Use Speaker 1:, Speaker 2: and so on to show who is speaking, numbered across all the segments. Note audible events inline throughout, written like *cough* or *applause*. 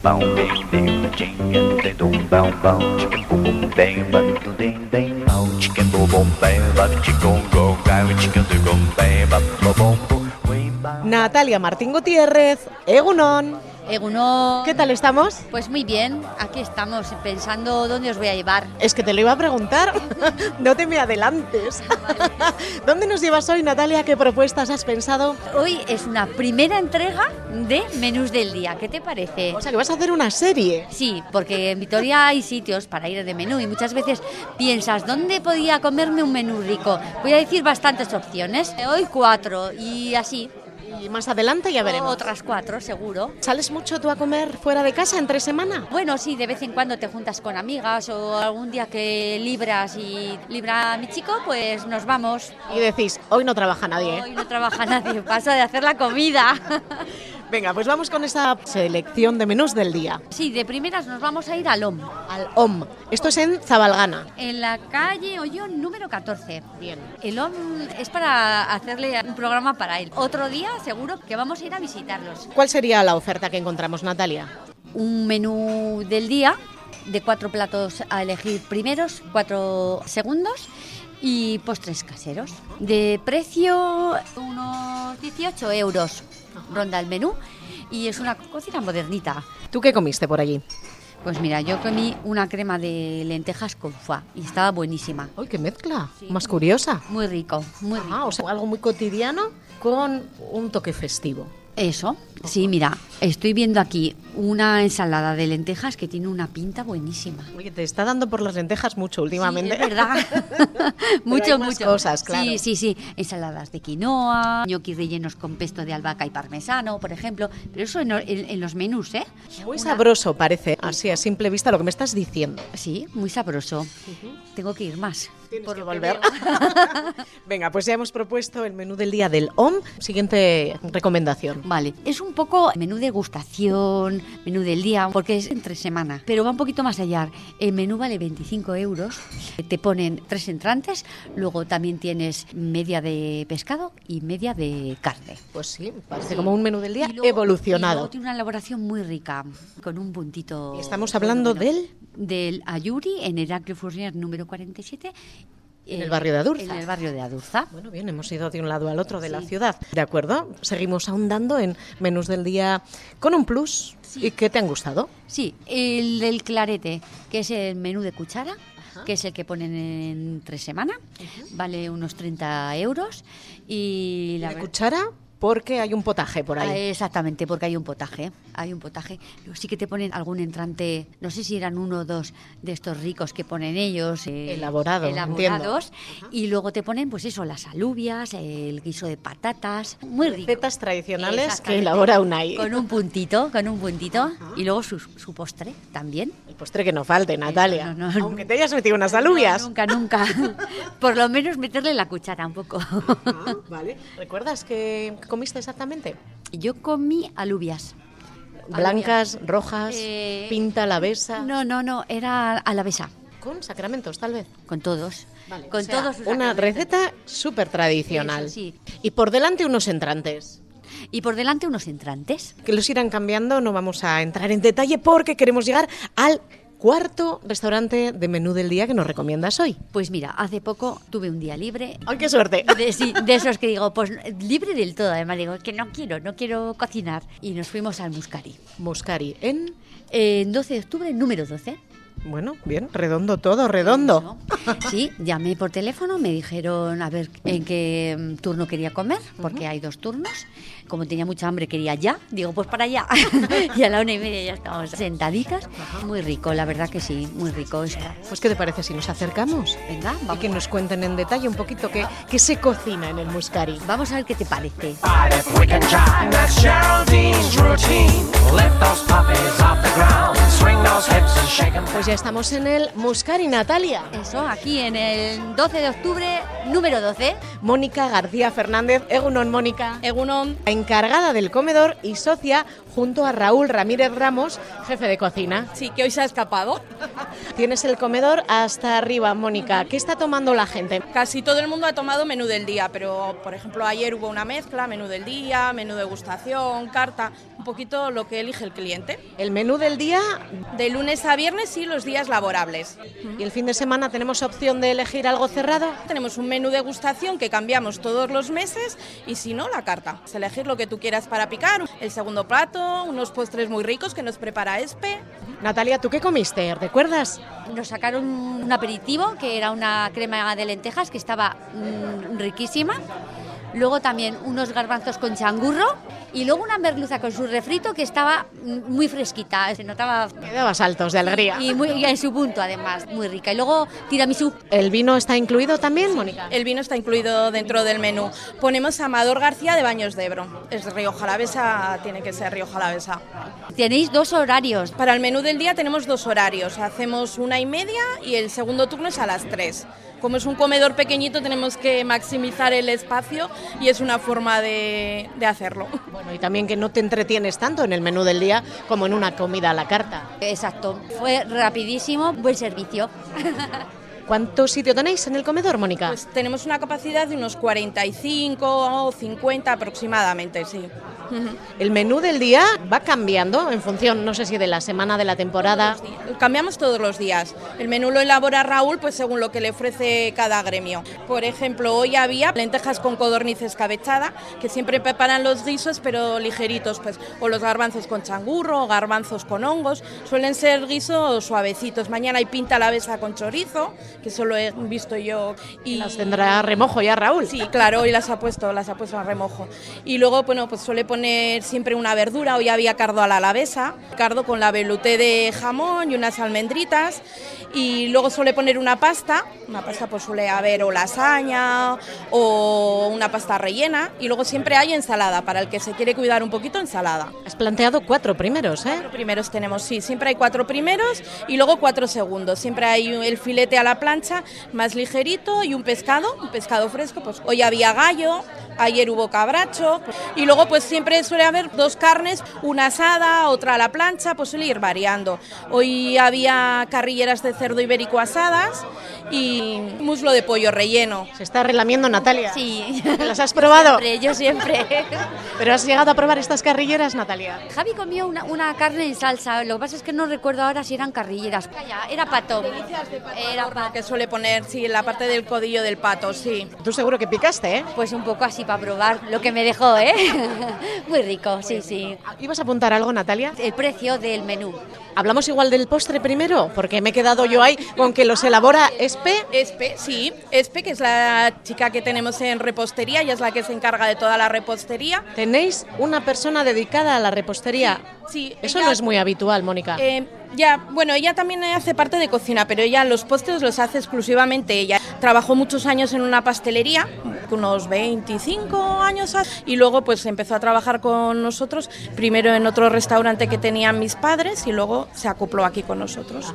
Speaker 1: Boom, bang, bang, ba, ching, and they do, boom, boom, chicken, boom, boom, bang, ba, do, ding, ding, boom, chicken, boom, boom, bang, ba, chicken, go, bang, chicken, do, boom, bang, ba, ba, boom, boom, way, ba.
Speaker 2: Natalia Martín Gutiérrez, Egunon.
Speaker 3: Eguno.
Speaker 2: ¿Qué tal estamos?
Speaker 3: Pues muy bien, aquí estamos pensando dónde os voy a llevar.
Speaker 2: Es que te lo iba a preguntar, *laughs* no te me adelantes. *laughs* ¿Dónde nos llevas hoy, Natalia? ¿Qué propuestas has pensado?
Speaker 3: Hoy es una primera entrega de menús del día. ¿Qué te parece?
Speaker 2: O sea, que vas a hacer una serie.
Speaker 3: Sí, porque en Vitoria hay sitios para ir de menú y muchas veces piensas, ¿dónde podía comerme un menú rico? Voy a decir bastantes opciones. Hoy cuatro y así.
Speaker 2: Y más adelante ya veremos.
Speaker 3: Otras cuatro, seguro.
Speaker 2: ¿Sales mucho tú a comer fuera de casa entre semana?
Speaker 3: Bueno, sí, de vez en cuando te juntas con amigas o algún día que libras y libra a mi chico, pues nos vamos.
Speaker 2: Y decís, hoy no trabaja nadie. ¿eh?
Speaker 3: Hoy no trabaja nadie, pasa de hacer la comida.
Speaker 2: Venga, pues vamos con esa selección de menús del día.
Speaker 3: Sí, de primeras nos vamos a ir al OM,
Speaker 2: Al OM. Esto es en Zabalgana.
Speaker 3: en la calle Ollón número 14.
Speaker 2: Bien.
Speaker 3: El OM es para hacerle un programa para él. Otro día seguro que vamos a ir a visitarlos.
Speaker 2: ¿Cuál sería la oferta que encontramos, Natalia?
Speaker 3: Un menú del día de cuatro platos a elegir primeros, cuatro segundos y postres caseros. De precio unos 18 euros ronda el menú y es una cocina modernita.
Speaker 2: ¿Tú qué comiste por allí?
Speaker 3: Pues mira, yo comí una crema de lentejas con foie y estaba buenísima.
Speaker 2: ¡Uy, qué mezcla!
Speaker 3: Sí.
Speaker 2: Más curiosa.
Speaker 3: Muy rico, muy rico.
Speaker 2: Ah, o sea, algo muy cotidiano con un toque festivo.
Speaker 3: Eso, sí, mira, estoy viendo aquí una ensalada de lentejas que tiene una pinta buenísima.
Speaker 2: Oye, te está dando por las lentejas mucho últimamente.
Speaker 3: Sí, es *laughs* verdad. mucho,
Speaker 2: hay más
Speaker 3: mucho.
Speaker 2: cosas, claro.
Speaker 3: Sí, sí, sí. Ensaladas de quinoa, ñoquis rellenos con pesto de albahaca y parmesano, por ejemplo. Pero eso en, en- en los menús, ¿eh?
Speaker 2: *laughs* Muy
Speaker 3: Una-
Speaker 2: sabroso parece, así a simple vista lo que me estás diciendo.
Speaker 3: Sí, muy sabroso. Tengo que ir más. por lo que veo.
Speaker 2: *laughs* Venga, pues ya hemos propuesto el menú del día del OM. Siguiente recomendación.
Speaker 3: Vale, es un poco menú degustación, menú del día, porque es entre semana, pero va un poquito más allá. El menú vale 25 euros, te ponen tres entrantes, luego también tienes media de pescado y media de carne.
Speaker 2: Pues sí, parece
Speaker 3: Sí.
Speaker 2: como un menú del día
Speaker 3: Y luego- y
Speaker 2: evolucionado.
Speaker 3: luego tiene una elaboración muy rica, con un puntito.
Speaker 2: Y estamos hablando
Speaker 3: fenómeno. Del Ayuri en Heraclio Fournier número 47.
Speaker 2: En
Speaker 3: eh,
Speaker 2: el barrio de Adurza.
Speaker 3: En el barrio de Adurza.
Speaker 2: Bueno, bien, hemos ido de un lado al otro de la
Speaker 3: Sí.
Speaker 2: ciudad. ¿De acuerdo? Seguimos ahondando en menús del día con un plus.
Speaker 3: Sí.
Speaker 2: ¿Y qué te han gustado?
Speaker 3: Sí, el del clarete, que es el menú de cuchara, que es el que ponen en tres semanas, vale unos 30 euros. Y la
Speaker 2: La
Speaker 3: ver-
Speaker 2: cuchara, porque hay un potaje por
Speaker 3: Ah,
Speaker 2: ahí.
Speaker 3: Exactamente, porque hay un potaje, hay un potaje. Luego Sí que te ponen algún entrante, no sé si eran uno o dos de estos ricos que ponen ellos. eh,
Speaker 2: Elaborado,
Speaker 3: Elaborados. Y luego te ponen, pues eso, las alubias, el guiso de patatas, muy rico.
Speaker 2: Recetas tradicionales que
Speaker 3: Exactamente.
Speaker 2: elabora Unai.
Speaker 3: Con un puntito, con un puntito. Y luego su, su postre también.
Speaker 2: El postre que no falte, Natalia.
Speaker 3: no, no, no.
Speaker 2: Aunque te hayas metido unas alubias.
Speaker 3: No, nunca,
Speaker 2: *laughs*
Speaker 3: nunca. Por lo menos meterle la cuchara un poco. *laughs*
Speaker 2: Ah, vale. ¿Recuerdas qué comiste exactamente?
Speaker 3: Yo comí alubias.
Speaker 2: Blancas, rojas,
Speaker 3: Eh,
Speaker 2: pinta, la besa.
Speaker 3: No, no, no, era alavesa.
Speaker 2: Con sacramentos, tal vez.
Speaker 3: Con todos.
Speaker 2: Vale,
Speaker 3: con
Speaker 2: o sea,
Speaker 3: todos. sus
Speaker 2: Una
Speaker 3: sacramentos.
Speaker 2: receta súper tradicional.
Speaker 3: Eso sí.
Speaker 2: Y por delante unos entrantes.
Speaker 3: Y por delante unos entrantes.
Speaker 2: Que los irán cambiando, no vamos a entrar en detalle porque queremos llegar al cuarto restaurante de menú del día que nos recomiendas hoy.
Speaker 3: Pues mira, hace poco tuve un día libre.
Speaker 2: ¡Ay, qué suerte!
Speaker 3: De, sí, de esos que digo, pues libre del todo. Además digo, que no quiero, no quiero cocinar. Y nos fuimos al Muscari.
Speaker 2: Muscari en...
Speaker 3: En 12 de octubre, número 12.
Speaker 2: Bueno, bien, redondo todo, redondo.
Speaker 3: Eso. Sí, llamé por teléfono, me dijeron a ver en qué mm, turno quería comer, porque hay dos turnos. Como tenía mucha hambre, quería ya. Digo, pues para allá. *laughs* y a la una y media ya estábamos sentaditas. Muy rico, la verdad que sí, muy rico. Está.
Speaker 2: Pues, ¿qué te parece si nos acercamos?
Speaker 3: Venga,
Speaker 2: Y que
Speaker 3: vamos,
Speaker 2: nos cuenten en detalle un poquito qué, qué se cocina en el Muscari.
Speaker 3: vamos a ver qué te parece.
Speaker 1: But if we can try, that's Geraldine's routine. Lift those puppies off the ground, swing those hips and shake 'em.
Speaker 2: Pues ya estamos en el Muscari, Natalia.
Speaker 3: Eso, aquí en el 12 de octubre, número 12.
Speaker 2: Mónica García Fernández, Egunon Mónica,
Speaker 4: Egunon,
Speaker 2: la encargada del comedor y socia junto a Raúl Ramírez Ramos, jefe de cocina.
Speaker 4: sí, que hoy se ha escapado.
Speaker 2: Tienes el comedor hasta arriba, Mónica. ¿Qué está tomando la gente?
Speaker 4: Casi todo el mundo ha tomado menú del día, pero por ejemplo ayer hubo una mezcla, menú del día, menú degustación, carta, un poquito lo que elige el cliente.
Speaker 2: El menú del día
Speaker 4: De lunes a viernes y los días laborables.
Speaker 2: y el fin de semana tenemos opción de elegir algo cerrado.
Speaker 4: Tenemos un menú degustación que cambiamos todos los meses y si no, la carta. Es elegir lo que tú quieras para picar, el segundo plato, unos postres muy ricos que nos prepara Espe.
Speaker 2: Natalia, ¿tú qué comiste? ¿Recuerdas?
Speaker 3: Nos sacaron un aperitivo que era una crema de lentejas que estaba mm, riquísima. Luego también unos garbanzos con changurro y luego una merluza con su refrito que estaba mm, muy fresquita, se notaba
Speaker 2: Me daba saltos de alegría.
Speaker 3: y, muy, y en su punto además, muy rica. Y luego tiramisú.
Speaker 2: ¿El vino está incluido también, Mónica? Eh,
Speaker 4: El vino está incluido dentro del menú. Ponemos a Amador García de Baños de Ebro. Es Riojalavesa, tiene que ser Riojalavesa.
Speaker 3: Tenéis dos horarios.
Speaker 4: Para el menú del día tenemos dos horarios. Hacemos una y media y el segundo turno es a las tres. Como es un comedor pequeñito, tenemos que maximizar el espacio y es una forma de, de hacerlo.
Speaker 2: Bueno, y también que no te entretienes tanto en el menú del día como en una comida a la carta.
Speaker 3: Exacto, fue rapidísimo, buen servicio.
Speaker 2: ¿Cuánto sitio tenéis en el comedor, Mónica?
Speaker 4: Pues tenemos una capacidad de unos 45 o 50 aproximadamente, sí.
Speaker 2: el menú del día va cambiando en función, no sé si de la semana, de la temporada.
Speaker 4: Cambiamos todos los días. El menú lo elabora Raúl pues según lo que le ofrece cada gremio. Por ejemplo, hoy había lentejas con codorniz escabechada, que siempre preparan los guisos pero ligeritos, pues o los garbanzos con changurro o garbanzos con hongos. Suelen ser guisos suavecitos. Mañana hay pinta a la besa con chorizo, que solo he visto yo y
Speaker 2: Las tendrá remojo ya, Raúl.
Speaker 4: Sí, claro, y las ha puesto, las ha puesto a remojo. Y luego, bueno, pues suele poner siempre una verdura. Hoy había cardo a la alavesa, cardo con la veluté de jamón y unas almendritas. Y luego suele poner una pasta, una pasta pues suele haber o lasaña o una pasta rellena. Y luego siempre hay ensalada, para el que se quiere cuidar un poquito, ensalada.
Speaker 2: Has planteado cuatro primeros, ¿eh?
Speaker 4: Primeros tenemos, sí, siempre hay cuatro primeros y luego cuatro segundos. Siempre hay el filete a la plancha más ligerito y un pescado, un pescado fresco. Pues hoy había gallo, ayer hubo cabracho y luego pues siempre suele haber dos carnes, una asada, otra a la plancha, pues suele ir variando. Hoy había carrilleras de cerdo ibérico asadas y muslo de pollo relleno.
Speaker 2: Se está relamiendo Natalia.
Speaker 3: Sí,
Speaker 2: ¿Las has probado?
Speaker 3: siempre, yo siempre. *laughs*
Speaker 2: ¿Pero has llegado a probar estas carrilleras, Natalia?
Speaker 3: Javi comió una, una carne en salsa, lo que pasa es que no recuerdo ahora si eran carrilleras. Era pato. Era pato.
Speaker 4: Que suele poner, sí, en la parte del codillo del pato, sí.
Speaker 2: Tú seguro que picaste, ¿eh?
Speaker 3: Pues un poco así para probar lo que me dejó, ¿eh? *laughs* Muy rico, sí, sí.
Speaker 2: ¿Ibas a apuntar algo, Natalia?
Speaker 3: El precio del menú.
Speaker 2: Hablamos igual del postre primero, porque me he quedado yo ahí con que los elabora Espe.
Speaker 4: Espe, sí, Espe, que es la chica que tenemos en repostería, ella es la que se encarga de toda la repostería.
Speaker 2: Tenéis una persona dedicada a la repostería.
Speaker 4: Sí,
Speaker 2: Eso
Speaker 4: ella-
Speaker 2: no es muy habitual, Mónica.
Speaker 4: Eh, ya, bueno, ella también hace parte de cocina, pero ella los postres los hace exclusivamente ella. Trabajó muchos años en una pastelería, unos 25 años, y luego pues empezó a trabajar con nosotros, primero en otro restaurante que tenían mis padres y luego se acopló aquí con nosotros.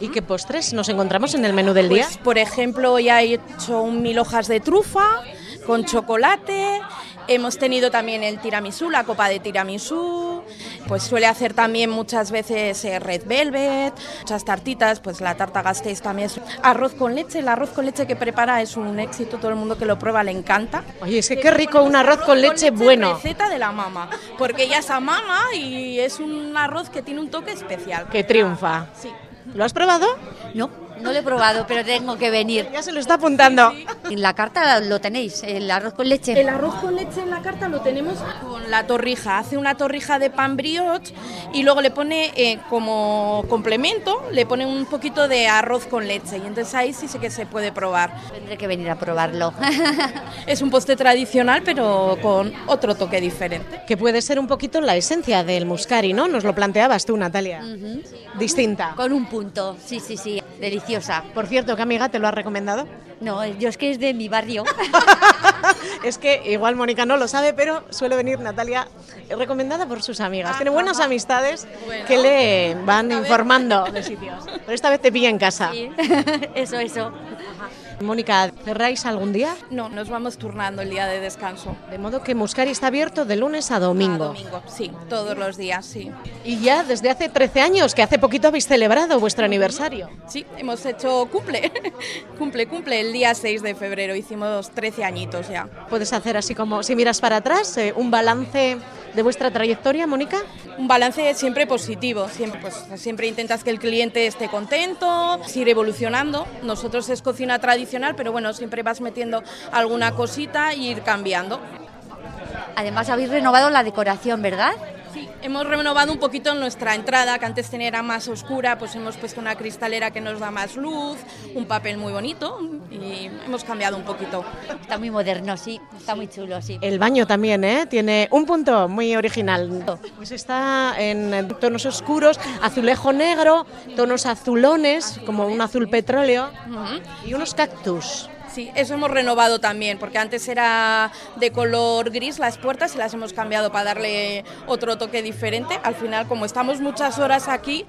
Speaker 2: ¿Y qué postres nos encontramos en el menú del día?
Speaker 4: Pues, por ejemplo, ya he hecho un mil hojas de trufa con chocolate. Hemos tenido también el tiramisú, la copa de tiramisú. Pues suele hacer también muchas veces eh, red velvet, muchas tartitas, pues la tarta gastéis también es arroz con leche. El arroz con leche que prepara es un éxito, todo el mundo que lo prueba le encanta.
Speaker 2: Oye, es que qué rico un arroz con leche bueno.
Speaker 4: Receta de la mamá, porque ella es a mamá y es un arroz que tiene un toque especial.
Speaker 2: Que triunfa.
Speaker 4: Sí.
Speaker 2: ¿Lo has probado?
Speaker 3: No, no lo he probado, pero tengo que venir.
Speaker 2: Ya se lo está apuntando.
Speaker 3: En la carta lo tenéis, el arroz con leche.
Speaker 4: El arroz con leche en la carta lo tenemos con la torrija. Hace una torrija de pan brioche y luego le pone eh, como complemento, le pone un poquito de arroz con leche. Y entonces ahí sí sé que se puede probar.
Speaker 3: Tendré que venir a probarlo. *laughs*
Speaker 4: Es un postre tradicional, pero con otro toque diferente.
Speaker 2: Que puede ser un poquito la esencia del muscari, ¿no? Nos lo planteabas tú, Natalia.
Speaker 3: Ujú.
Speaker 2: Distinta.
Speaker 3: Con un punto, sí, sí, sí, deliciosa.
Speaker 2: Por cierto, ¿qué amiga te lo ha recomendado?
Speaker 3: No, yo es que es de mi barrio.
Speaker 2: Es que igual Mónica no lo sabe, pero suele venir Natalia eh, recomendada por sus amigas. Tiene buenas amistades que le
Speaker 3: *laughs*
Speaker 2: van informando de sitios. Pero esta vez te pilla en casa.
Speaker 3: Sí. eso, eso.
Speaker 2: Mónica, ¿cerráis algún día?
Speaker 4: No, nos vamos turnando el día de descanso.
Speaker 2: De modo que Muscari está abierto de lunes a domingo.
Speaker 4: A domingo, sí, todos los días, sí.
Speaker 2: Y ya desde hace 13 años, que hace poquito habéis celebrado vuestro aniversario.
Speaker 4: Sí, hemos hecho cumple, *laughs* cumple, cumple. El día 6 de febrero hicimos 13 añitos ya.
Speaker 2: ¿Puedes hacer así como, si miras para atrás, eh, un balance de vuestra trayectoria, Mónica?
Speaker 4: Un balance siempre positivo, siempre, pues, siempre intentas que el cliente esté contento, ir evolucionando. Nosotros es cocina tradicional, pero bueno, siempre vas metiendo alguna cosita y ir cambiando.
Speaker 3: Además habéis renovado la decoración, ¿verdad?
Speaker 4: Sí, hemos renovado un poquito nuestra entrada, que antes era más oscura, pues hemos puesto una cristalera que nos da más luz, un papel muy bonito y hemos cambiado un poquito.
Speaker 3: Está muy moderno, sí, está muy chulo, sí.
Speaker 2: El baño también, ¿eh? Tiene un punto muy original. Pues está en tonos oscuros, azulejo negro, tonos azulones, como un azul petróleo, y unos cactus.
Speaker 4: Sí, eso hemos renovado también, porque antes era de color gris las puertas y las hemos cambiado para darle otro toque diferente. Al final, como estamos muchas horas aquí,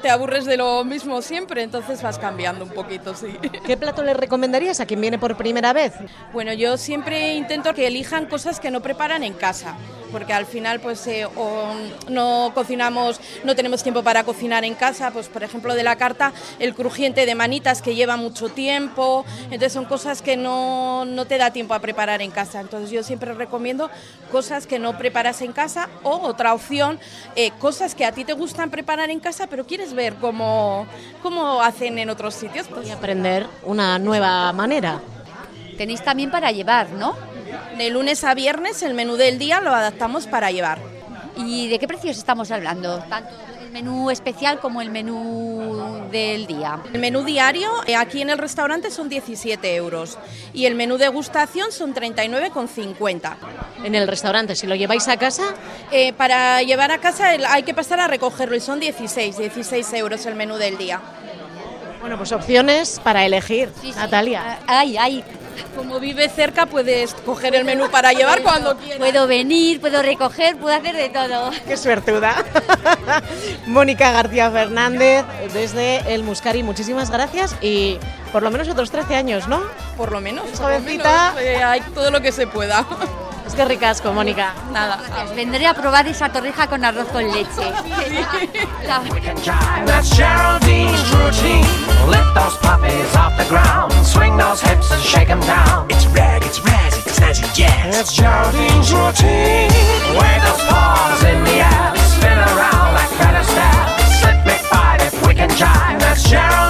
Speaker 4: te aburres de lo mismo siempre, entonces vas cambiando un poquito, sí.
Speaker 2: ¿Qué plato le recomendarías a quien viene por primera vez?
Speaker 4: Bueno, yo siempre intento que elijan cosas que no preparan en casa porque al final pues eh, o no cocinamos, no tenemos tiempo para cocinar en casa, pues por ejemplo de la carta el crujiente de manitas que lleva mucho tiempo, entonces son cosas que no, no te da tiempo a preparar en casa, entonces yo siempre recomiendo cosas que no preparas en casa o otra opción, eh, cosas que a ti te gustan preparar en casa pero quieres ver cómo, cómo hacen en otros sitios. Pues.
Speaker 2: Y aprender una nueva manera.
Speaker 3: Tenéis también para llevar, ¿no?
Speaker 4: De lunes a viernes el menú del día lo adaptamos para llevar.
Speaker 3: ¿Y de qué precios estamos hablando? Tanto el menú especial como el menú del día.
Speaker 4: El menú diario eh, aquí en el restaurante son 17 euros y el menú degustación son 39,50.
Speaker 2: En el restaurante, si lo lleváis a casa,
Speaker 4: Eh, para llevar a casa el- hay que pasar a recogerlo y son 16, 16 euros el menú del día.
Speaker 2: bueno, pues opciones para elegir,
Speaker 3: Sí, sí.
Speaker 2: Natalia.
Speaker 3: Ay, ay.
Speaker 4: Como vive cerca puedes coger el menú para llevar cuando quieras.
Speaker 3: Puedo venir, puedo recoger, puedo hacer de todo.
Speaker 2: Qué suertuda. *laughs* Mónica García Fernández desde el Muscari, muchísimas gracias y por lo menos otros 13 años, ¿no?
Speaker 4: Por lo menos. por lo
Speaker 2: Jovencita.
Speaker 4: menos, eh, hay todo lo que se pueda.
Speaker 2: Es que ricasco, Mónica.
Speaker 4: Nada.
Speaker 3: Vendré a probar esa torreja con arroz con leche. La-
Speaker 1: That's Geraldine's routine. Lift those puppies off the ground. Swing those hips and shake 'em down. It's rag, it's razzy, it's snazzy jazz. That's Geraldine's routine. Wave those paws in the air. Spin around like feather stairs. Slip me five if we can jive. That's Geraldine's